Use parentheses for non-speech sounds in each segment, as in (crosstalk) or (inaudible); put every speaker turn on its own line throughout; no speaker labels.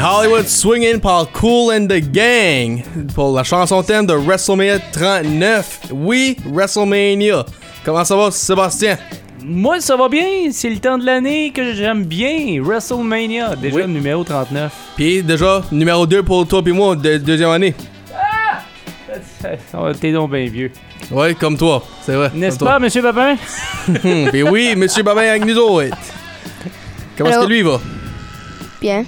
Hollywood Swingin' par Cool and the Gang pour la chanson thème de WrestleMania 39. Oui, WrestleMania. Comment ça va, Sébastien?
Moi, ça va bien. C'est le temps de l'année que j'aime bien. WrestleMania, déjà
Oui.
numéro 39.
Puis déjà, numéro 2 pour toi puis moi, de deuxième année.
Ça va, Eh, oh, T'es donc bien vieux.
Ouais, comme toi, c'est vrai.
N'est-ce
comme toi.
pas, monsieur Papin?
Hmm, puis oui, Monsieur Babin avec nous autres. Comment est-ce que
Allô?
lui va?
Bien.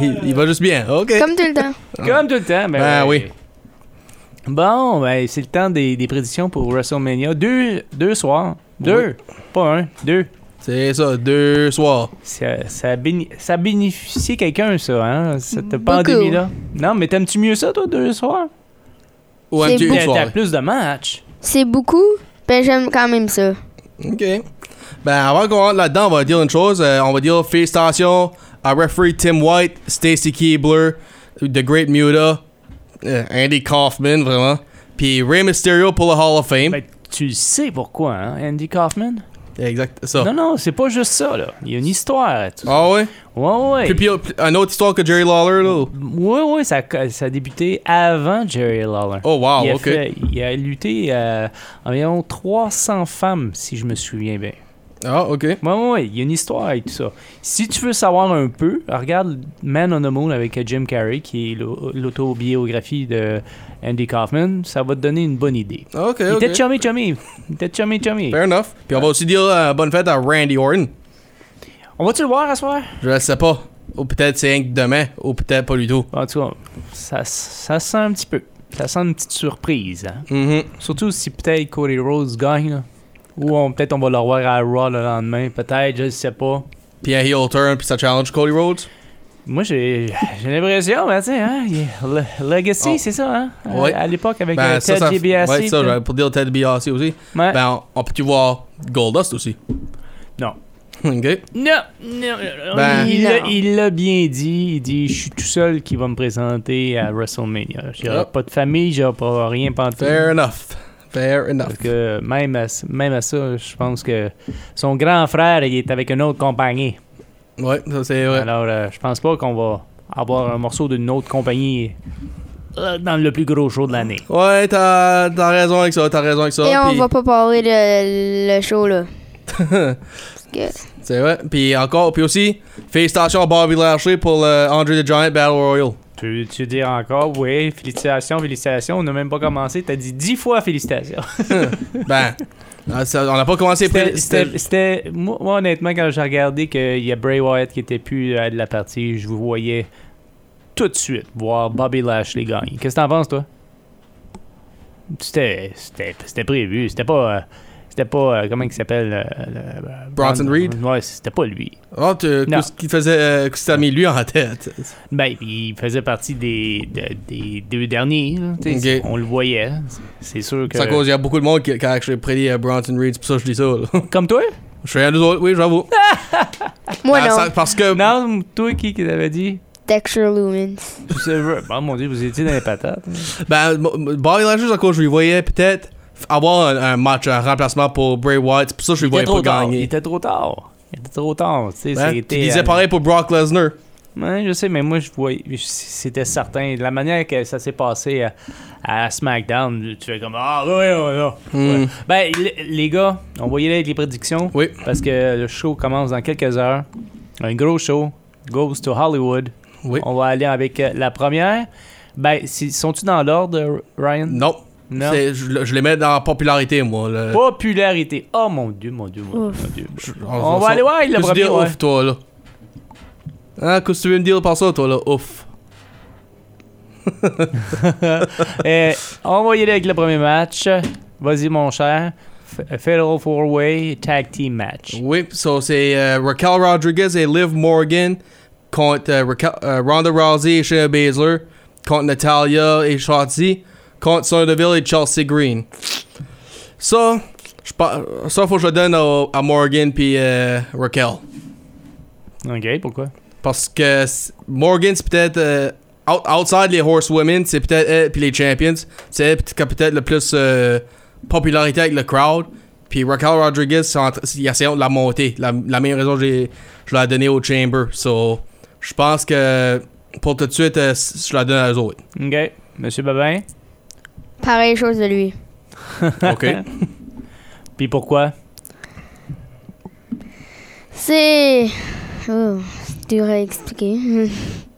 Il, il va juste bien, ok.
Comme tout le temps.
Comme tout le temps, ben,
Ah. Ben
ouais. Bon, ben, c'est le temps des, des prédictions pour WrestleMania. Deux, deux soirs. Deux. Pas un, deux.
C'est ça, deux soirs.
Ça, ça, a béni- ça a bénéficié quelqu'un, ça, hein, cette pandémie-là. Non, mais t'aimes-tu mieux ça, toi, deux soirs?
Ou un
C'est
petit une
T'as
soirée.
t'as plus de matchs.
C'est beaucoup, mais j'aime quand même ça.
OK. Ben, avant qu'on rentre là-dedans, on va dire une chose. Euh, on va dire félicitations à referee Tim White, Stacy Keebler, The Great Muta, euh, Andy Kaufman, vraiment. Puis Ray Mysterio pour le Hall of Fame.
Ben, tu le sais pourquoi, hein, Andy Kaufman?
Exact, ça.
Non, non, c'est pas juste ça, là. Il y a une histoire. à tout ça.
Ah ouais?
Ouais, ouais.
Puis, puis, puis, une autre histoire que Jerry Lawler, là?
Oui, oui, ça, a- ça a débuté avant Jerry Lawler.
Oh, wow,
il, a
OK.
fait- il a lutté euh, environ 300 femmes, si je me souviens bien.
Ah, OK.
Oui, oui, il y a une histoire avec tout ça. Si tu veux savoir un peu, regarde Man on the Moon avec euh, Jim Carrey, qui est l'au- l'autobiographie de Andy Kaufman. Ça va te donner une bonne idée.
OK,
Il
Eh, OK.
était chummy, chummy. Il était chummy, chummy.
Fair enough. Puis on va aussi dire euh, bonne fête à Randy Orton.
On va-tu le voir à soir?
Je le sais pas. Ou peut-être c'est un que demain, ou peut-être pas du tout.
En tout cas, ça, ça sent un petit peu. Ça sent une petite surprise. hein.
Mhm.
Surtout si peut-être Cody Rhodes gagne. là. Ou on- peut-être on va le revoir à Raw le lendemain. Peut-être, je sais pas.
Puis un heel turn, puis ça challenge Cody Rhodes.
Moi, j'ai j'ai l'impression, ben, tu sais, hein, il- le- Legacy,
Oh.
c'est ça, hein? à-
Ouais.
À, l'époque, avec
Ben,
euh,
ça,
Ted
ça-
DiBiase,
ouais, ça,
puis-
j'allais pour dire Ted DiBiase aussi.
Ouais.
Ben, on, on peut-tu voir Goldust aussi?
Non.
(laughs) OK.
Non, non, non,
Ben-
il l'a-
Non.
il l'a bien dit. Il dit Je suis tout seul qui va me présenter à WrestleMania. J'aurai
Yep.
pas de famille, j'aurai pas rien pantoute.
Ah. Fair enough. Fair enough.
Parce que même à, même à ça, je pense que son grand frère, il est avec une autre compagnie.
Ouais, ça c'est vrai.
Alors, euh, je pense pas qu'on va avoir un morceau d'une autre compagnie euh, dans le plus gros show de l'année.
Ouais, t'as t'as raison avec ça, t'as raison avec ça.
Et on
Bah, puis-
va pas parler de le
(laughs)
show là. Parce que-
C'est vrai. Puis encore, puis aussi, félicitations à Bobby Lashley pour le André the Giant Battle
(laughs)
Royal.
Tu, tu dis encore, oui, félicitations, félicitations. On n'a même pas commencé. T'as dit dix fois félicitations.
Ben, ah, ça- on n'a pas commencé.
C'était-
pré- c'était-
C'était, c'était- moi, moi, honnêtement, quand j'ai regardé qu'il y a Bray Wyatt qui était plus euh, de la partie, je vous voyais tout de suite voir Bobby Lashley gagner. Qu'est-ce que t'en penses, toi? C'était, c'était, c'était prévu. C'était pas. euh, c'était pas. euh, comment il s'appelle? euh, le- euh,
Bronson
Bron-
Reed?
Ouais, c'était pas lui.
Oh, tu-
Non.
qu'est-ce qu'il faisait, euh, qu'est-ce que t'as mis lui en tête?
Ben, il faisait partie des, de- des deux derniers. là. Tu sais,
Ok.
On le voyait. C'est sûr que.
C'est à cause, il y a beaucoup de monde qui, qui a actually prédit euh, Bronson Reed, c'est pour ça que je dis ça. là. (laughs)
Comme toi?
Je suis un des autres, oui, j'avoue.
Moi
Ben,
non.
ça- Parce que.
Non, toi qui, qui t'avais dit?
Dexter Lumens.
C'est vrai. Bon, mon dieu, vous étiez dans les patates.
Ben, m- m- Bobby Lashley, c'est à cause je lui voyais peut-être f- avoir un, un match, un remplacement pour Bray Wyatt. C'est pour ça que je lui
Il était
voyais pas
trop tard. Il
gagner.
était trop tard. Il était trop tard. Tu sais,
Hein? Tu
c'était,
disais
euh,
pareil pour Brock Lesnar.
ouais, je sais, mais moi, je voyais. je- C'était certain. De la manière que ça s'est passé euh, à, SmackDown, tu fais comme Ah, oui, oui, oui.
Hmm.
Ouais. Ben, le- les gars, on voyait là avec les prédictions.
Oui.
Parce que le show commence dans quelques heures. Un gros show. Goes to Hollywood.
Oui.
On va aller avec euh, la première. Ben, si- sont-tu dans l'ordre, Ryan?
Non.
Non.
C'est- euh, Je, le- je les mets dans la popularité, moi. le-
Popularité. Oh mon dieu, mon dieu, mon dieu.
Ouf.
mon Dieu.
je-
On va aller voir le
Qu'est-ce que tu
premier.
dis,
ouais.
ouf, toi, là? Hein, qu'est-ce que tu veux me dire par ça, toi, là? Ouf.
Euh, on va y aller avec le premier match. Vas-y, mon cher. F- Federal Four Way Tag Team Match.
Oui, so c'est euh, Raquel Rodriguez et Liv Morgan contre euh, Raquel- euh, Ronda Rousey et Shayna Baszler contre Natalia et Shotzi contre Sonya Deville et Chelsea Green. Ça, je pa- ça faut que je le donne au- à uh, Morgan puis euh, Raquel
Ok, pourquoi
parce que c- Morgan c'est peut-être euh, out- outside les horsewomen, c'est peut-être elle puis les champions, c'est elle qui a peut-être le plus euh, popularité avec le crowd. Puis Raquel Rodriguez, c'est en tra- il essaie de la monter. La, la même raison que j'ai- je l'ai donné au Chamber. So, je pense que Pour tout de suite, euh, je la donne à eux
(laughs)
autres.
OK. Monsieur Babin?
Pareille chose de lui.
OK.
Puis pourquoi?
C'est. Oh, c'est dur à expliquer.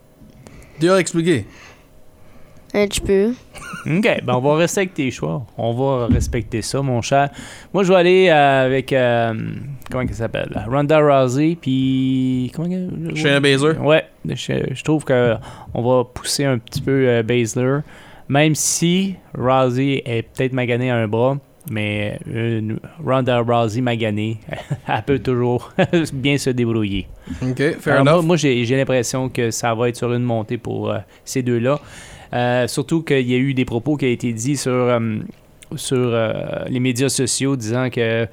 (laughs)
Dur à expliquer.
Un petit peu.
OK. Ben, on va rester avec tes choix. On va respecter ça, mon cher. Moi, je vais aller euh, avec. euh, comment qu'elle s'appelle? Ronda Rousey, puis. Comment que.
Shayna Baszler.
Ouais. Je, je trouve que on va pousser un petit peu euh, Baszler. Même si Rousey est peut-être maganée à un bras, mais euh, une Ronda Rousey maganée, (laughs) elle peut toujours (laughs) bien se débrouiller.
OK, fair
Alors, moi-
enough.
Moi, j'ai j'ai l'impression que ça va être sur une montée pour euh, ces deux-là. Euh, surtout qu'il y a eu des propos qui ont été dits sur, euh, sur euh, les médias sociaux disant que,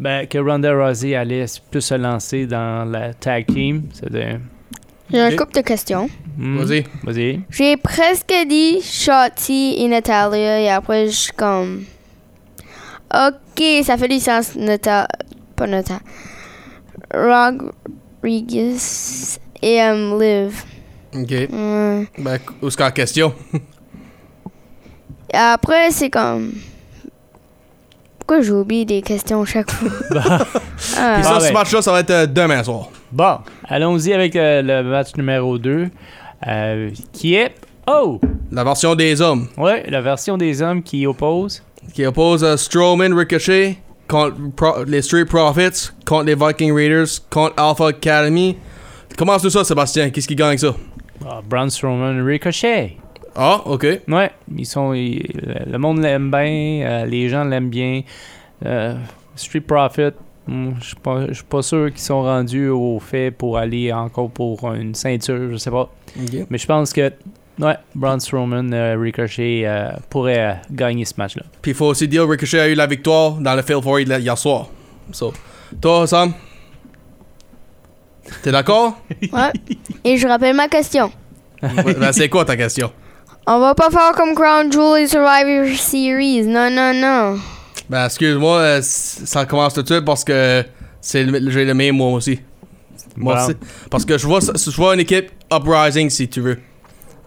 ben, que Ronda Rousey allait s- plus se lancer dans la tag team. C'est-à-dire,
J'ai un
J'ai-
couple de questions.
hmm,
Vas-y.
Vas-y.
J'ai presque dit Shotty et Natalia et après je suis comme. Ok, ça fait du sens. Nata... Pas Nata. Rodriguez et um, Liv.
OK.
Ouais.
Ben, où est-ce qu'en question?
Et après c'est comme. Pourquoi j'oublie des questions chaque fois? Ah.
Puis ça,
Ah ouais.
ce match-là, ça va être euh, demain soir.
Bon, allons-y avec euh, le match numéro 2 qui est. Oh!
La version des hommes
Ouais, la version des hommes qui oppose.
qui oppose euh, Strowman Ricochet contre Pro- les Street Profits, contre les Viking Raiders, contre Alpha Academy. Commence tout ça, Sébastien. Qu'est-ce qui gagne ça?
Ah, Braun Strowman Ricochet.
Ah, OK.
Ouais, ils sont. ils- le monde l'aime bien, euh, les gens l'aiment bien. Euh, Street Profit, hmm, je suis pas- je suis pas sûr qu'ils sont rendus au fait pour aller encore pour une ceinture, je sais pas.
OK.
Mais je pense que. Ouais, Braun Strowman euh, Ricochet euh, pourrait euh, gagner ce match-là.
Puis il faut aussi dire Ricochet a eu la victoire dans le Fail 4 hier soir. So, toi, Sam, t'es d'accord?
Ouais. Et je rappelle ma question.
ben, c'est quoi ta question?
On va pas faire comme Crown Jewel et Survivor Series. Non, non, non.
Ben, excuse-moi, euh, c- ça commence tout de suite parce que c'est le- j'ai le même moi aussi. Moi
Bon.
aussi. Parce que je vois, ça- je vois une équipe uprising si tu veux.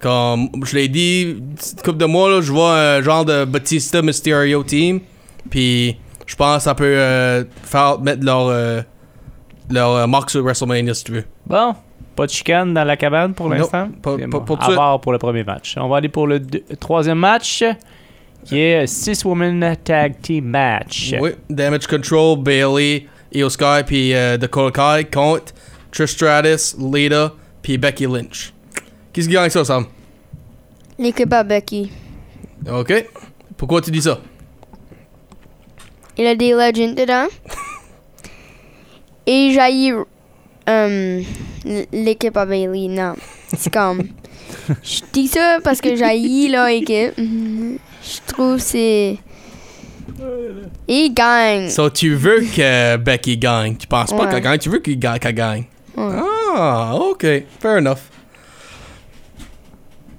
Comme je l'ai dit, une couple de mois, là, je vois un genre de Batista Mysterio team. Puis je pense que ça peut euh, faire mettre leur, euh, leur euh, marque sur WrestleMania si tu veux.
Bon, pas de chicane dans la cabane pour
Non,
l'instant.
pas-
C'est
pas-
bon.
pas tout de
à
suite.
part pour le premier match. On va aller pour le deux- troisième match qui est Six Women Tag Team Match.
Oui, Damage Control, Bailey, Io Sky, puis euh, Dakota Kai contre Trish Stratus, Lita, puis Becky Lynch. Qu'est-ce qui gagne ça, Sam?
L'équipe à Becky.
Ok. Pourquoi tu dis ça?
Il a des legends dedans. Et j'haïs euh, l- l'équipe à Bailey. Non. C'est comme. Je dis ça parce que j'haïs leur équipe. Mhm. Je trouve que c'est. Ils gagnent.
So, tu veux que Becky gagne. Tu penses pas
Mm. Ouais.
qu'elle gagne, tu veux qu'elle gagne. qu'elle gagne.
Ouais.
Ah, ok. Fair enough.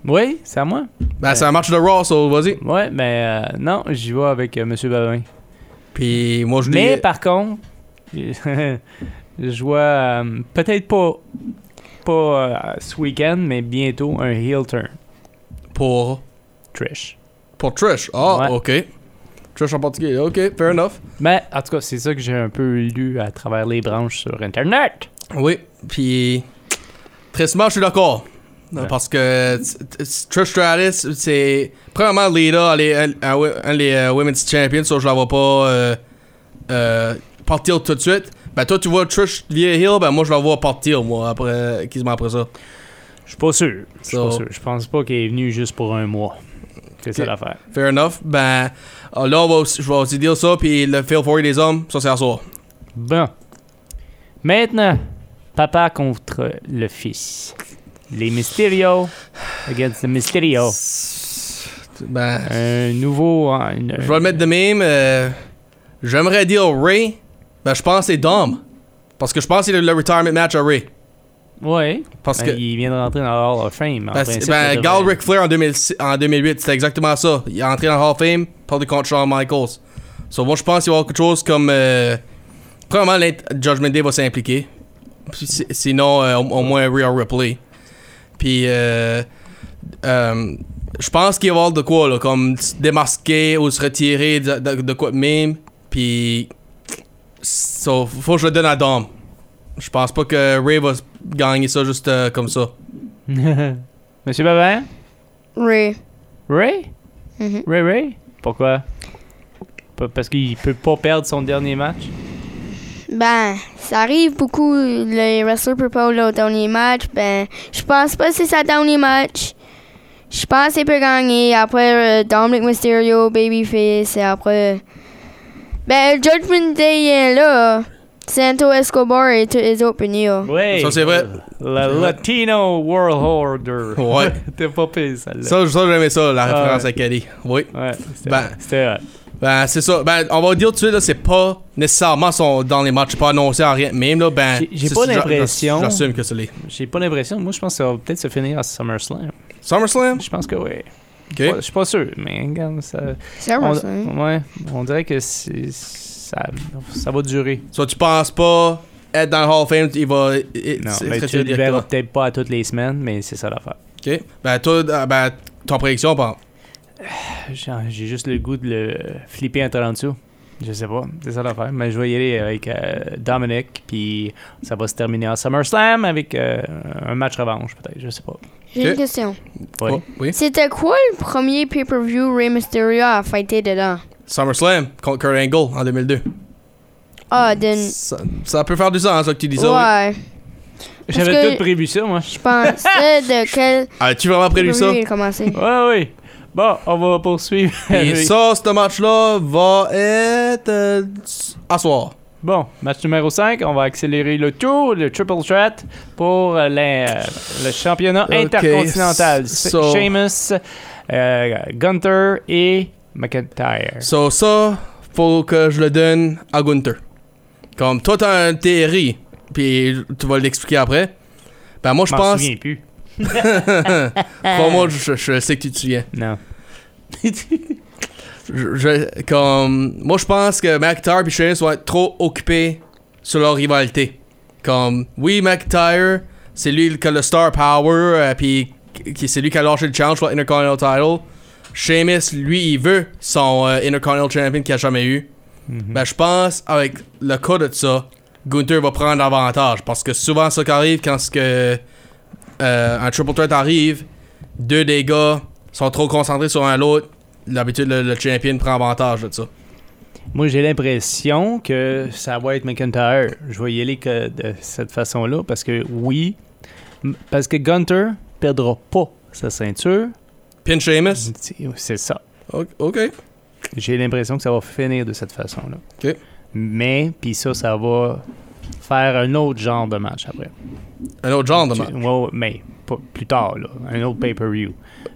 Oui, c'est à moi.
Ben, c'est un match de Raw, so vas-y.
Ouais, mais euh, non, j'y vais avec euh, Monsieur Babin.
Puis, moi, je
Mais
dis.
par contre, (laughs) je vois euh, peut-être pas pas euh, ce week-end, mais bientôt un heel turn.
Pour,
Trish.
pour Trish. Ah,
Ouais.
ok. Trish en particulier. Ok, fair enough.
Mais Ben, en tout cas, c'est ça que j'ai un peu lu à travers les branches sur Internet.
Oui, puis tristement, je suis d'accord.
Ouais.
Parce que t- t- Trish Stratus, c'est. Premièrement, Lita, elle est un, un- un des euh, Women's Champions, so je la vois pas euh, euh, partir tout de suite. Ben, toi, tu vois Trish via Hill, ben moi, je la vois partir, moi, après, quasiment après ça.
Je suis pas sûr. Je suis pas
So-
sûr. Je pense pas qu'il est venu juste pour un mois. C'est ça
Ok.
l'affaire.
Fair enough. Ben, euh, là, on va aussi- je vais aussi dire ça, puis le Fail 4 des hommes, ça, c'est à soir.
Bon. Maintenant, papa contre le fils. Les Mysterio against the Mysterio.
Ben,
Un nouveau. hein, une-
je vais le mettre de même. euh, J'aimerais dire Ray, ben, je pense que c'est Dom. Parce que je pense que c'est le retirement match à Ray.
Ouais.
Parce
Ben,
que.
Il vient de rentrer dans Hall of Fame. en
Ben,
principe,
c'est- ben,
il devrait-
regarde Ric Flair en, 2006 en 2008, c'était exactement ça. Il est entré dans le Hall of Fame, perdu contre Shawn Michaels. So, moi, je pense qu'il va y avoir quelque chose comme. Euh, probablement, l'int- Judgment Day va s'impliquer. Puis si- Sinon, euh, au, au moins, Rhea Ripley. Puis, euh, euh, je pense qu'il va y avoir de quoi, là, comme se démasquer ou se retirer de, de- de quoi de même. Puis, so, faut que je le donne à Dom. Je pense pas que Ray va s- gagner ça juste euh, comme ça.
Monsieur Babin?
Ray.
Ray?
Mhm.
Ray Ray? Pourquoi? Pa- Parce qu'il peut pas perdre son dernier match?
Ben, ça arrive beaucoup. Les wrestlers peuvent pas aller au dernier match. Ben, je pense pas que c'est sa dernier match. Je pense qu'il peut gagner. Après, euh, Dominic Mysterio, Babyface. Et après. euh, Ben, Judgment Day est là. Santo Escobar et tous les autres punis. là.
Oui!
Ça, c'est vrai.
La
C'est vrai.
Latino World Order.
Ouais.
(laughs) T'es pas pire, celle-là.
ça, ça j'aimais ça, la
Ah,
référence
ouais.
à Kelly. Oui.
Ouais, c'était.
Ben.
c'était euh,
Ben, c'est ça. Ben, on va dire tout de suite, là, c'est pas nécessairement son, dans les matchs, c'est pas annoncé en rien. Même, là, ben.
J'ai- j'ai
c'est-
pas
j'a-
l'impression.
J'assume que c'est les.
J'ai pas l'impression. Moi, je pense que ça va peut-être se finir à SummerSlam.
SummerSlam?
Je pense que oui.
Ok.
Je suis pas sûr, mais regarde, ça.
C'est
on,
vrai, ça. hein?
ouais, on dirait que c'est- ça, ça va durer.
Soit tu penses pas être dans le Hall of Fame, il va. il-
Non,
c'est
mais
très
Ben, tu le
direct,
verras
là.
peut-être pas à toutes les semaines, mais c'est ça l'affaire.
Ok. Ben, toi, euh, ben, ton prédiction, par
J'ai j'ai juste le goût de le flipper un Toronto. Je sais pas, c'est ça l'affaire. Mais je vais y aller avec euh, Dominic, puis ça va se terminer à SummerSlam avec euh, un match revanche, peut-être. Je sais pas.
J'ai
Ok.
une question.
Ouais.
Oh, oui.
C'était quoi le premier pay-per-view Ray Mysterio a fighté dedans?
SummerSlam contre Kurt Angle en 2002.
Ah, d'une.
Ça, ça peut faire du sens, ça, que tu dis ça. Mm. oui.
Ouais,
J'avais
que-
tout prévu ça, moi.
je pense.
(laughs)
de quel
Ah, As-tu vraiment prévu ça?
pay-per-view il a commencé?
Ouais, oui. Bon, on va poursuivre. (laughs)
Et
avec-
ça, ce match-là va être. euh, à soir.
Bon, match numéro 5, on va accélérer le tour, le triple threat pour euh, la- le championnat
Ok,
intercontinental.
so-
Sheamus, euh, Gunther et McIntyre.
So, ça, faut que je le donne à Gunther. Comme toi, t'as une théorie, puis tu vas l'expliquer après. Ben, moi, je
M'en
pense.
souviens plus.
Pour moi, je, je sais que tu te souviens.
Non.
Je, je- comme, moi, je pense que McIntyre et Sheamus vont être trop occupés sur leur rivalité. Comme, oui, McIntyre, c'est lui qui a le star power, euh, puis qui- c'est lui qui a lâché le challenge pour l'Intercontinental Title. Sheamus, lui, il veut son euh, Intercontinental Champion qu'il a jamais eu.
Mhm.
Ben, je pense, avec le cas de ça, Gunther va prendre l'avantage. Parce que souvent, ça qui arrive quand ce que, euh, un triple threat arrive, deux des gars sont trop concentrés sur un l'autre. L'habitude, le, le champion prend avantage de ça.
Moi, j'ai l'impression que ça va être McIntyre. Je vais y aller que de cette façon-là parce que oui, m- parce que Gunther perdra pas sa ceinture.
Pin Sheamus.
C'est- C'est ça.
O- Ok.
J'ai l'impression que ça va finir de cette façon-là.
OK.
Mais, puis ça, ça va faire un autre genre de match après.
Un autre genre de
Tu-
match.
ouais, ouais, mais pas- plus tard, là, un autre pay-per-view.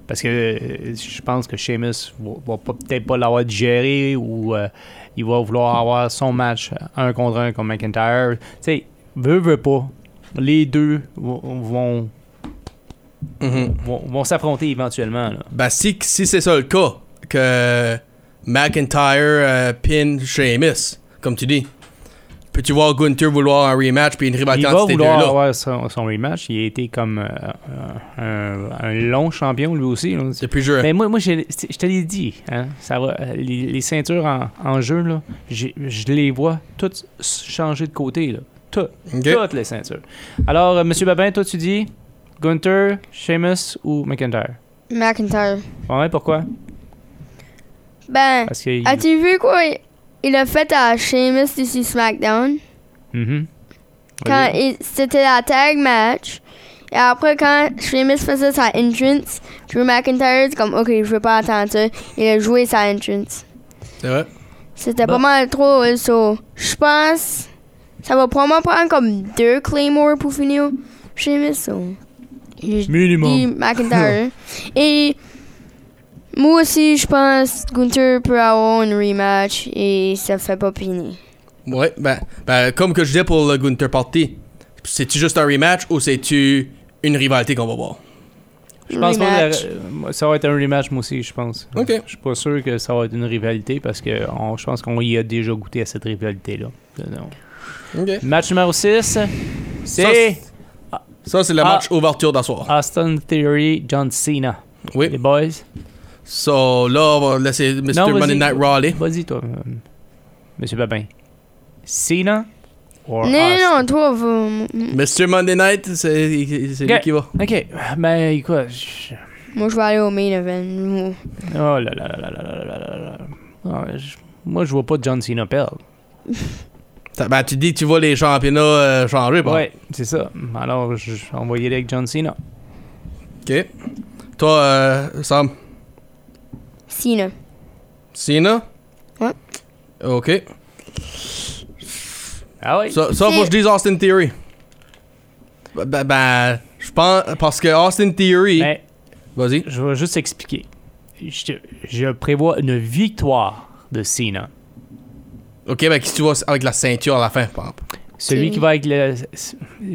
Parce que euh, je pense que Sheamus va, va pas- peut-être pas l'avoir digéré ou euh, il va vouloir avoir son match euh, un contre un contre McIntyre. Tu sais, veut, veut pas. Les deux vont, vont,
Mhm.
vont- vont s'affronter éventuellement. là.
Ben, si, si c'est ça le cas, que McIntyre euh, pin Sheamus, comme tu dis, peux-tu voir Gunther vouloir un rematch puis une
Il
rivalité
va
entre ces
vouloir
deux-là?
avoir son, son rematch. Il a été comme euh, un, un- un long champion, lui aussi. là.
Depuis le jeu.
Mais moi, moi je, je te l'ai dit. hein, ça va, euh, les, les ceintures en, en jeu, là, j'ai- je les vois toutes s- changer de côté. Là. Toutes,
Ok.
toutes les ceintures. Alors, euh, Monsieur Babin, toi, tu dis Gunther, Sheamus ou McIntyre?
McIntyre.
Ouais, pourquoi?
Ben,
Parce que... il-
as-tu vu quoi il- il a fait à Sheamus d'ici SmackDown?
Mhm.
Quand
Vas-y.
il- c'était la tag match. Et après, quand Sheamus faisait sa entrance, Drew McIntyre, c'est comme, ok, je veux pas attendre ça. Il a joué sa entrance.
C'est vrai.
C'était
Bon.
pas mal trop, euh, so, je pense, ça va probablement prendre comme deux Claymore pour finir Sheamus, so. je
Minimum.
dis McIntyre. et moi aussi, je pense Gunther peut avoir un rematch et ça fait pas piner.
Ouais, ben, ben, comme que je disais pour le Gunther Party, c'est-tu juste un rematch ou c'est-tu une rivalité qu'on va voir?
Je pense pas
rematch.
que la- moi, ça va être un rematch, moi aussi, je pense.
Ok.
Je suis pas sûr que ça va être une rivalité parce que on- je pense qu'on y a déjà goûté à cette rivalité-là. Non.
Ok.
Match numéro 6,
Ça,
c'est
c'est- Ça, c'est le
Ah.
match ouverture d'asseoir.
Austin Theory, John Cena. Les
Oui.
boys,
So, là, on va laisser Mr.
Non, vas-y.
Monday Night Raw aller.
vas-y toi, euh, Monsieur Babin. Cena or
Non,
Austin?
non, toi, vous-
Mr. Monday Night, c'est c'est lui
Ok.
qui va.
Ok, ben écoute, je-
moi, je vais aller au main event.
oh là là là là là là là là là. Ah, je- Moi, je vois pas John Cena perdre.
T'as- Ben, tu dis que tu vois les championnats euh, changer, bon.
Ouais, c'est ça. Alors, je- on va y aller avec John Cena.
OK. Toi, euh, Sam,
Cena.
Cena?
Ouais.
OK.
Ah oui?
Ça, ça, faut que je dise Austin Theory. Ben, ben, ben, je pense... Parce que Austin Theory...
Ben,
Vas-y.
je vais juste expliquer. Je, je prévois une victoire de Cena.
OK, ben, qui tu vois avec la ceinture à la fin, par exemple?
Celui
C'est-
qui va avec le.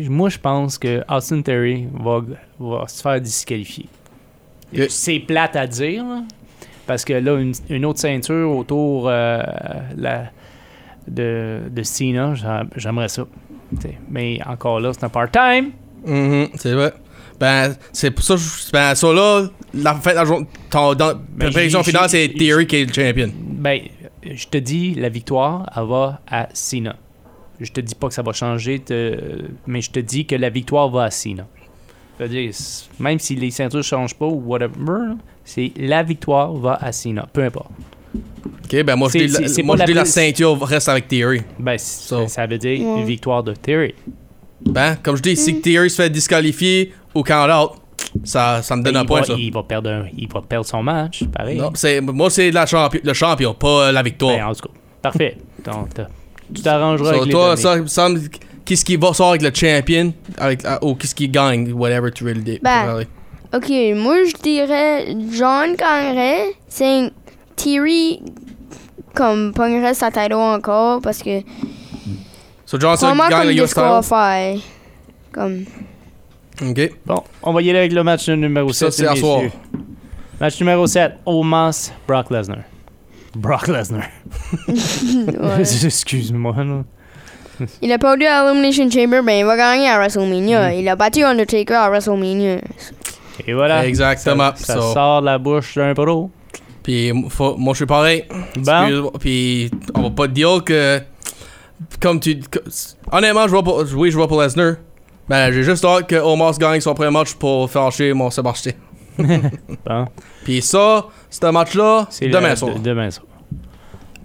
Moi, je pense que Austin Terry va, va se faire disqualifier.
Ok.
C'est plate à dire, là, parce que là, une, une autre ceinture autour euh, la- de, de Cena, j'a- j'aimerais ça. T'sais, Mais encore là, c'est un part-time.
Mhm, c'est vrai. Ben, c'est pour ça que je- Ben, ça là, la fin de la journée. Ton, dans,
Ben,
prédiction
j'ai-
finale,
j'ai-
c'est Theory qui est le champion.
Ben, je te dis, la victoire, elle va à Cena. Je te dis pas que ça va changer, te- mais je te dis que la victoire va à Cena. C'est-à-dire, c- même si les ceintures changent pas ou whatever, là, c'est la victoire va à Cena, peu importe.
Ok, ben, moi, je
C'est-
dis la,
c'est- c'est
moi,
pas
je dis
la
la
plus-
ceinture reste avec Theory.
Ben, c-
So.
ça veut dire
Ouais.
une victoire de Theory.
Ben, comme je dis,
Hmm.
si Theory se fait disqualifier ou quand out, ça, ça me donne
Ben,
un
il,
point,
va,
ça.
il va perdre un- il va perdre son match, pareil.
Non, c'est, moi, c'est la champi- le champion, pas euh, la victoire.
Ben, en tout cas, parfait. Donc, t'as- tu t'arrangeras
So,
avec les
toi, ça,
données.
ça me- qu'est-ce qui va sortir avec le champion avec, euh, ou qu'est-ce qui gagne, whatever tu veux le dire.
Ben. Ok, moi, je dirais John gagnerait. C'est Thierry comme pognerait sa title encore parce que
So, Johnson
probablement
gagne
comme
le US title.
disqualifié. Comme
Ok.
Bon, on va y aller avec le match numéro
Ça,
7.
c'est à soir.
Match numéro 7, Omas, Brock Lesnar. Brock Lesnar.
ouais.
(laughs) Excuse-moi. là.
il a perdu à Elimination Chamber, ben il va gagner à WrestleMania. Il a battu Undertaker à WrestleMania.
Et voilà.
Exactement.
Ben, Ça, ça
So-
sort de la bouche d'un pro.
Puis faut- moi je suis pareil.
Bon.
Excuse- Puis on va pas te dire que comme tu que- honnêtement je vois pour oui je vois pour Lesnar. Ben j'ai juste hâte que Omos gagne son premier match pour faire chier mon Sébastien.
Bon,
Puis ça, ce match là,
c'est le-
demain
de-
soir.
Demain soir.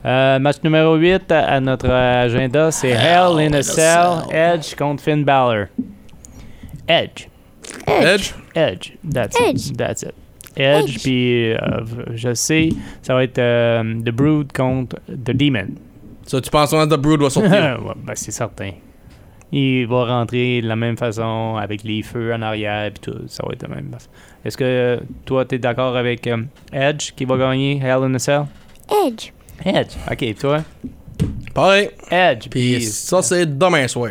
Euh, match numéro 8 à, à notre agenda, c'est Hell in a Cell, Edge contre Finn Balor. Edge.
Edge,
Edge. That's
Edge.
it. That's it. Edge,
Edge.
puis euh, je sais, ça va être euh, The Brood contre The Demon.
ça tu penses vraiment que The Brood va sortir.
(laughs) Ouais, ben, c'est certain. Il va rentrer de la même façon avec les feux en arrière puis tout. Ça va être la même façon. Est-ce que euh, toi, tu es d'accord avec euh, Edge qui va gagner Hell in a Cell?
Edge.
Edge. OK, toi?
pareil.
Edge.
Puis ça c'est demain soir.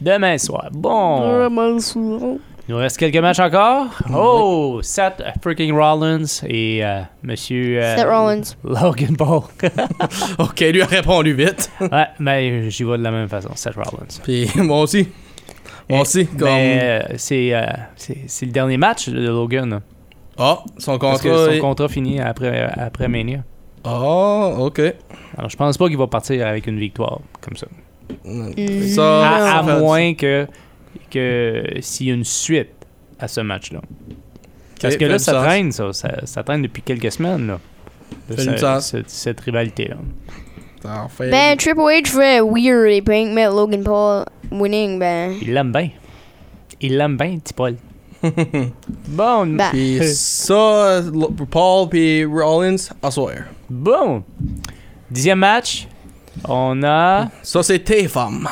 Demain soir. Bon.
Vraiment souvent.
Il nous reste quelques matchs encore. Oh, Seth freaking Rollins et euh, Monsieur... euh,
Seth Rollins.
(laughs)
Logan Paul.
OK, lui a répondu vite.
ouais, mais j'y vais de la même façon, Seth Rollins.
Puis (laughs) moi aussi. Moi
Eh,
aussi comme
Mais euh, c'est euh, c'est- c'est le dernier match de Logan. là.
Ah, son
Parce
contrat.
que son
est-
contrat finit après, euh, après Mania.
Ah, OK.
Alors, je pense pas qu'il va partir avec une victoire comme ça.
Ça,
À, Ah, à
ça Ah, fait-
moins que, que s'il y a une suite à ce match-là. Parce que
fait
là,
du
ça
sens.
traîne, ça. ça. ça traîne depuis quelques semaines, là.
Fait du
Ce-
sens.
ce- cette rivalité-là.
Ça en fait-
Ben, Triple H fait weird et Pink met Logan Paul winning, ben.
Il l'aime bien. Il l'aime bien, petit
(laughs)
Paul. bon.
Ben.
Puis
Euh.
ça, l- Paul puis Rollins, à soir.
Bon. Dixième match. On a
Ça, c'est tes femmes.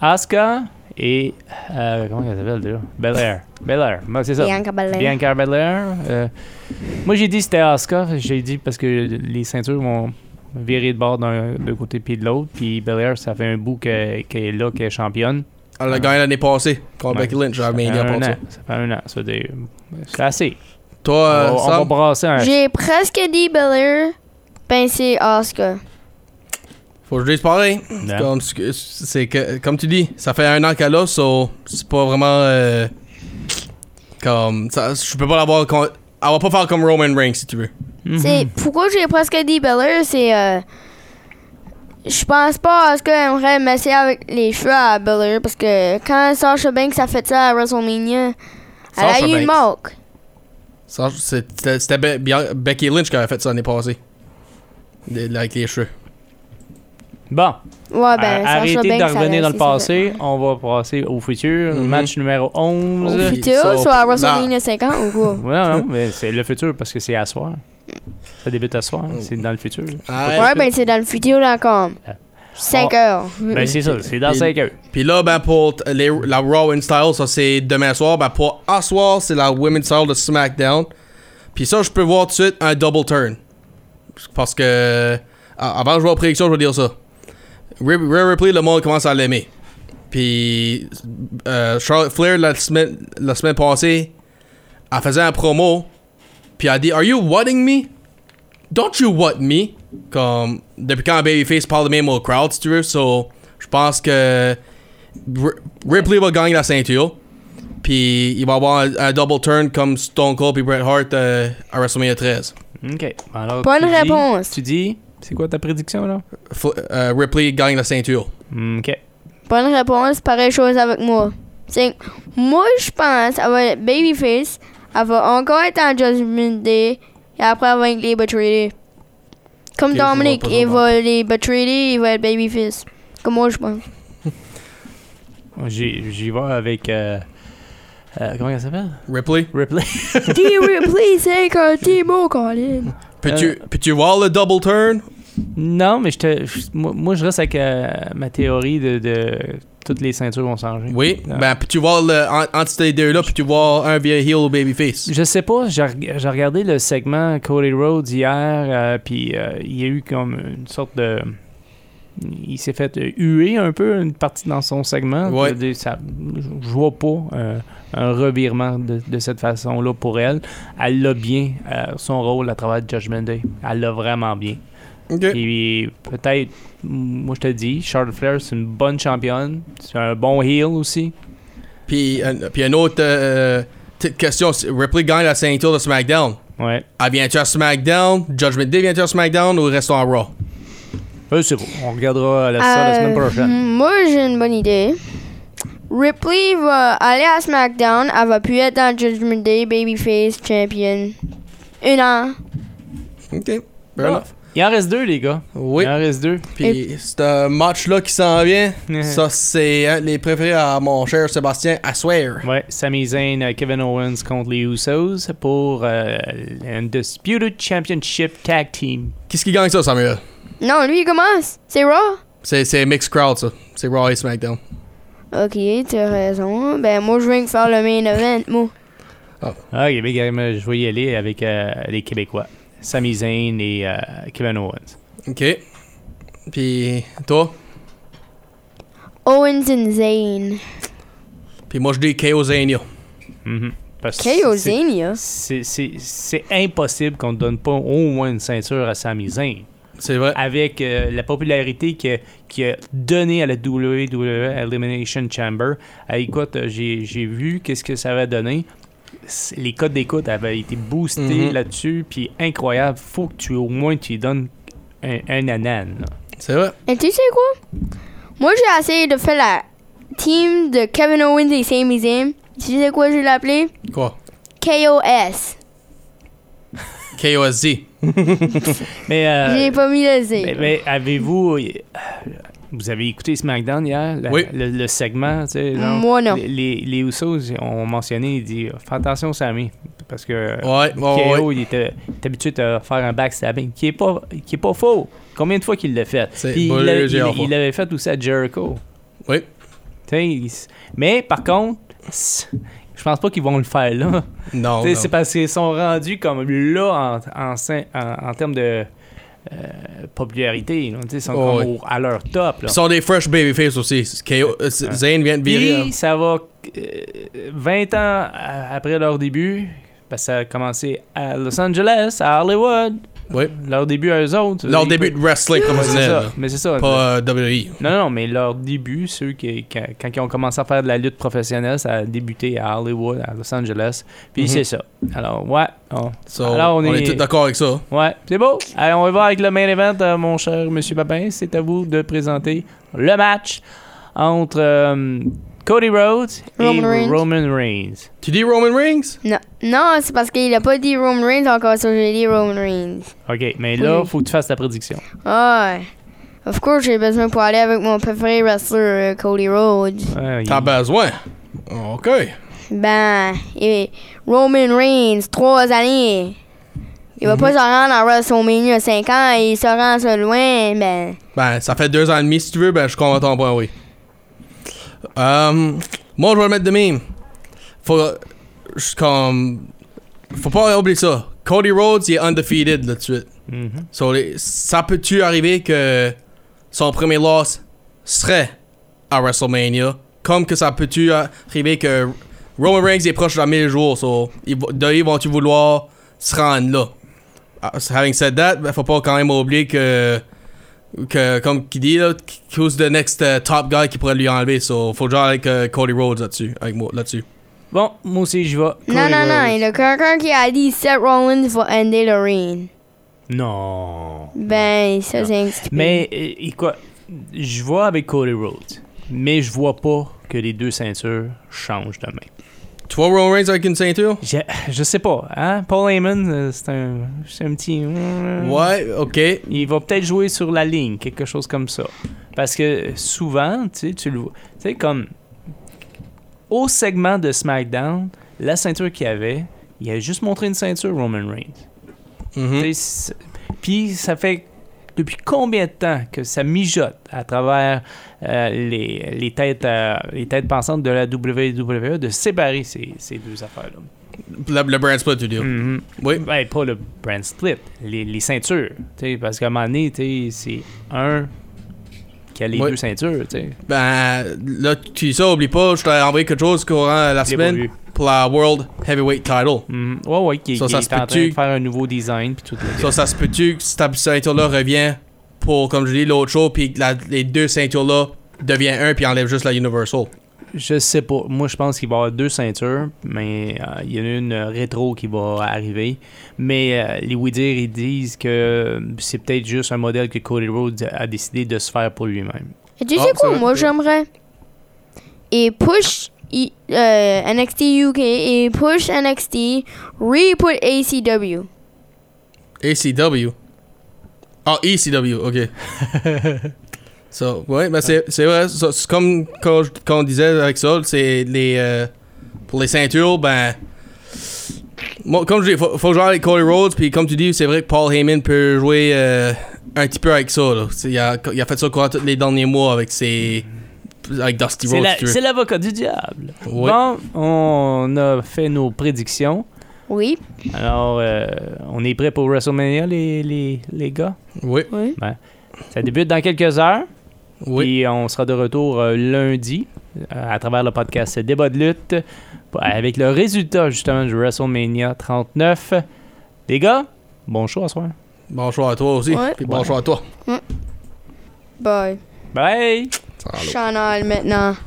Asuka et... euh, comment elle s'appelle, déjà? Belair. Belair. Moi, c'est ça.
Bianca Belair.
Bianca Belair. euh, moi, j'ai dit c'était Asuka. J'ai dit parce que les ceintures vont virer de bord d'un de côté puis de l'autre. Puis Belair, ça fait un bout que- qu'elle est là, qu'elle est championne.
Elle a gagné l'année passée contre
Ah. Ouais.
Becky Lynch.
Ça
J'avais
fait,
bien
un
pour ça.
an, ça fait un an. Ça veut dire, c'est assez.
Toi, euh,
on, on va
Sam,
brasser un...
J'ai presque dit Belair, ben c'est Oscar.
Faut que je dise pareil.
Non.
Comme, ce que- c'est que, comme tu dis, ça fait un an qu'elle a, so c'est pas vraiment. euh, comme. Ça, je peux pas l'avoir. con- Elle va pas faire comme Roman Reigns si tu veux.
Mhm.
C'est pourquoi j'ai presque dit Belair, c'est euh, je pense pas à ce qu'elle aimerait messer avec les cheveux à Belair parce que quand Sasha Banks a fait ça à WrestleMania, elle
Sasha
a eu une
Banks.
moque.
Ça, C'était c'était Be- Bian- Becky Lynch qui avait fait ça l'année passée. De- Avec les cheveux.
Bon,
Ouais
à-
ben Sasha
arrêtez de
Banks.
revenir
elle a
dans le
aussi ça fait-
passé. On va passer au futur.
Mhm.
Match numéro
Au
11.
Ils
futur,
sont-
soit à
Non.
WrestleMania 50 ou
(laughs)
quoi.
Ouais, non, mais c'est le futur parce que c'est à soir. Ça débute à soir, c'est dans le futur.
Ouais.
Ouais ben c'est dans le futur là comme 5
On-
heures.
Ben, c'est ça, c'est dans
Et-
5 heures.
Puis là, ben, pour t- les, la Raw and Style, ça c'est demain soir. Ben, pour à soir, c'est la Women's Style de SmackDown. Puis ça, je peux voir tout de suite un double turn. Parce que. a- Avant de jouer aux prédictions, je vais dire ça. Rhea Rhea Ripley, le monde commence à l'aimer. Puis. euh, Charlotte Flair, la semaine, la semaine passée, elle faisait un promo. Puis elle dit Are you wanting me? Don't you want me? Comme. Depuis quand Babyface parle de même au crowd, si tu veux. So, je pense que. R- Ripley va gagner la ceinture. Puis il va avoir un, un double turn comme Stone Cold et Bret Hart euh, à WrestleMania 13.
OK. Alors,
Bonne
tu dis-
réponse.
tu dis, c'est quoi ta prédiction, là?
Fl- euh, Ripley gagne la ceinture.
OK.
Bonne réponse, pareille chose avec moi. C'est moi je pense elle va être babyface, elle va encore être en Judgment Day et après elle va être les betrayer. Comme
Ok, je vois
Dominique,
pas
il
ça,
va les betrayer, il va être babyface. Comme moi
(laughs)
je pense.
J'y j'y vais avec... euh, euh, comment elle s'appelle?
Ripley,
Ripley. (laughs)
Dear please take our Timo Colin.
peux-tu peux-tu voir le double turn?
non, mais je te, je- moi, moi, je reste avec euh, ma théorie de, de toutes les ceintures vont changer.
Oui.
Non.
Ben, peux-tu voir le, en- entre ces deux-là, peux-tu voir un via heel ou babyface?
Je sais pas, j'ai reg- j'ai regardé le segment Cody Rhodes hier, euh, puis euh, il y a eu comme une sorte de. Il s'est fait euh, huer un peu une partie dans son segment.
Ouais.
Je veux dire, ça- Je je vois pas euh, un revirement de, de cette façon-là pour elle. Elle l'a bien, euh, son rôle à travers Judgment Day. Elle l'a vraiment bien.
Ok.
Puis peut-être, moi je te dis, Charlotte Flair, c'est une bonne championne. C'est un bon heel aussi.
Puis, un- puis une autre euh, petite question. c'est- Ripley gagne la ceinture de SmackDown.
Ouais.
Elle vient-tu à SmackDown? Judgment Day vient-tu à SmackDown ou reste en Raw?
Euh, c'est bon. On regardera la, ça la semaine
Euh,
prochaine.
Moi, j'ai une bonne idée. Ripley va aller à SmackDown. Elle va plus être dans Judgment Day Babyface Champion. Une an.
Ok. Fair
Ah.
enough.
Il en reste deux, les gars.
Oui.
Il en reste deux.
Puis c'est un match-là qui s'en vient. Ça, c'est un de les préférés à mon cher Sébastien à swear.
Ouais, Sami Zayn, euh, Kevin Owens contre les Usos pour euh, Undisputed Championship Tag Team.
Qu'est-ce qui gagne ça, Samuel?
Non, lui, il commence. C'est Raw.
C'est, c'est Mixed Crowd, ça. C'est Raw et SmackDown.
Ok, tu as raison. Ben, moi, je viens de faire le main event, moi.
Ah, il y avait quand même, euh, je vais y aller avec euh, les Québécois. Sami Zayn et euh, Kevin Owens.
OK. Puis toi?
Owens and Zane.
Puis moi, je dis KO Zania.
Mhm. Parce que
KO
c'est-
Zania.
c'est- C'est c'est impossible qu'on ne donne pas au moins une ceinture à Sami Zayn.
C'est vrai.
avec euh, la popularité qu'il a, qu'il a donnée à la WWE Elimination Chamber. Ah, écoute, euh, j'ai j'ai vu qu'est-ce que ça avait donné. C'est- Les codes d'écoute avaient été boostés
Mhm.
là-dessus, puis incroyable. Faut que tu au moins tu lui donnes un, un anan. là.
C'est vrai.
Et tu sais quoi? Moi, j'ai essayé de faire la team de Kevin Owens et Sami Zayn. Tu sais quoi, je l'ai appelé?
Quoi?
KOS.
KOSZ.
Mais, euh, ben,
J'ai pas mis le Z.
mais, mais avez-vous euh, vous avez écouté SmackDown hier, la-
Oui.
le, le segment, tu sais, genre,
Moi, non.
Les, les, les Usos ont mentionné, ils disent fais attention Sami, parce que euh,
Ouais, ouais, ouais.
KO, il était, il est habitué de faire un backstabbing qui est pas, qui est pas faux. Combien de fois qu'il l'a fait?
C'est
Puis
pas
il, l'a-
le GR
il-
fois.
il l'avait fait aussi à Jericho.
Oui.
Tu sais, il s- Mais par contre, s- je pense pas qu'ils vont le faire là.
Non.
Tu sais,
Oh, non.
C'est parce qu'ils sont rendus comme là en, en, sein- en, en termes de euh, popularité. là. Tu sais, Ils sont
Oh,
comme
oui.
au- à leur top.
Ils
Là.
sont des fresh babyface aussi. KO, euh, Z-
Ouais.
Zayn vient de virer. hein.
Puis, ça va euh, 20 ans euh, après leur début, parce que ça a commencé à Los Angeles, à Hollywood,
Oui.
Leur début à eux autres.
Leur
ils
début
peuvent-
de wrestling
Ouais, c'est
professionnel.
ça. Mais c'est ça.
Pas euh, WWE.
Non, non, non, mais leur début, ceux qui, quand, quand ils ont commencé à faire de la lutte professionnelle, ça a débuté à Hollywood, à Los Angeles. Puis
Mhm.
c'est ça. Alors, ouais. on-
So,
Alors,
on,
on
est,
est-
tous d'accord avec ça.
Ouais, c'est beau. Allez, on va voir avec le main event, euh, mon cher Monsieur Papin. C'est à vous de présenter le match entre euh, Cody Rhodes et
Roman Reigns.
Roman Reigns.
Tu dis Roman Reigns?
Non, non c'est parce qu'il a pas dit Roman Reigns encore, ça j'ai dit Roman Reigns.
OK, mais là,
Oui.
faut que tu fasses ta prédiction.
Ouais. Of course, j'ai besoin pour aller avec mon préféré wrestler, euh, Cody Rhodes.
Ouais, il-
T'as besoin. OK.
Ben, et Roman Reigns, trois années. Il va
Mhm.
pas se rendre à WrestleMania 5 ans, il se rend ça loin, ben.
Ben, ça fait deux ans et demi, si tu veux. Ben, je comprends ton point, oui. Euh, moi, je vais le mettre de même. Faut... Je suis comme... Faut pas oublier ça. Cody Rhodes, il est undefeated, là, de suite.
Mhm.
So, les- ça peut-tu arriver que son premier loss serait à WrestleMania? Comme que ça peut-tu arriver que Roman Reigns est proche de la 1000 jours? So, ils vont- de ils vont-tu vouloir se rendre là? Ah, Having said that, ben, faut pas quand même oublier que, que comme qui dit, là, who's the next euh, top guy qui pourrait lui enlever? So, faut genre avec euh, Cody Rhodes là-dessus. Avec moi là-dessus.
Bon, moi aussi, je vais.
Non,
Cody
non, non,
Rhodes.
il y a quelqu'un qui a dit Seth Rollins va ender le reign.
Non.
Ben, ça c'est un petit peu-
Mais euh, écoute, je vois avec Cody Rhodes, mais je vois pas que les deux ceintures changent de main.
Tu vois Roman Reigns avec une ceinture?
Je, je sais pas, hein? Paul Heyman, euh, c'est un, c'est un petit. euh, Mm.
Ouais, ok.
Il va peut-être jouer sur la ligne, quelque chose comme ça. Parce que souvent, tu sais, tu le vois. Tu sais, comme. Au segment de SmackDown, la ceinture qu'il y avait, il a juste montré une ceinture Roman Reigns.
Mhm.
Tu sais, c'est- Puis ça fait depuis combien de temps que ça mijote à travers euh, les, les têtes, euh, les têtes pensantes de la WWE de séparer ces, ces deux affaires-là?
Le, le brand split, tu dis.
Mhm.
Oui.
Ben, pas le brand split, les, les ceintures. tu sais, Parce qu'à un moment donné, tu sais, c'est un qui a les
Ouais.
deux ceintures. tu sais.
Ben, là, tu dis ça, oublie pas, je t'ai envoyé quelque chose courant la
Je l'ai pas
semaine
vu.
pour la World Heavyweight Title.
Mhm. Ouais, ouais, qui,
Ça,
qui
ça se
est en train
peut-tu-
de faire un nouveau design. Puis tout le
Ça, ça se peut-tu que cette ceinture-là revient pour, comme je dis, l'autre show, puis que la- les deux ceintures-là deviennent un, puis enlève juste la Universal.
Je sais pas. Moi, je pense qu'il va y avoir deux ceintures, mais euh, il y en a une euh, rétro qui va arriver. Mais euh, les Ouidir, ils disent que euh, c'est peut-être juste un modèle que Cody Rhodes a décidé de se faire pour lui-même.
Et tu
Ah,
sais
ça
quoi,
va.
moi j'aimerais. Et push I- euh, NXT UK et push NXT, re-put ACW.
ACW. Ah, ECW, ok. so, ouais, ben c'est c'est vrai. ça, c'est comme quand je- quand on disait avec ça, c'est les. euh, pour les ceintures, ben. moi, comme je dis, faut, faut jouer avec Cody Rhodes, puis comme tu dis, c'est vrai que Paul Heyman peut jouer euh, un petit peu avec ça. Là. C'est- Il, a, il a fait ça courant tous les derniers mois avec ses. avec Dusty
C'est
Rhodes,
la-
si tu veux.
c'est l'avocat du diable.
Ouais.
Bon, on a fait nos prédictions.
Oui.
Alors, euh, on est prêt pour WrestleMania, les, les, les gars.
Oui,
Oui.
Ça débute dans quelques heures.
oui.
Puis on sera de retour euh, lundi euh, à travers le podcast Débat de lutte pour- avec le résultat justement du WrestleMania 39. Les gars, bon show à soir.
Bonsoir à toi aussi.
Ouais.
Puis bonsoir à toi.
Bye.
Bye!
Salaud.
Chanel maintenant.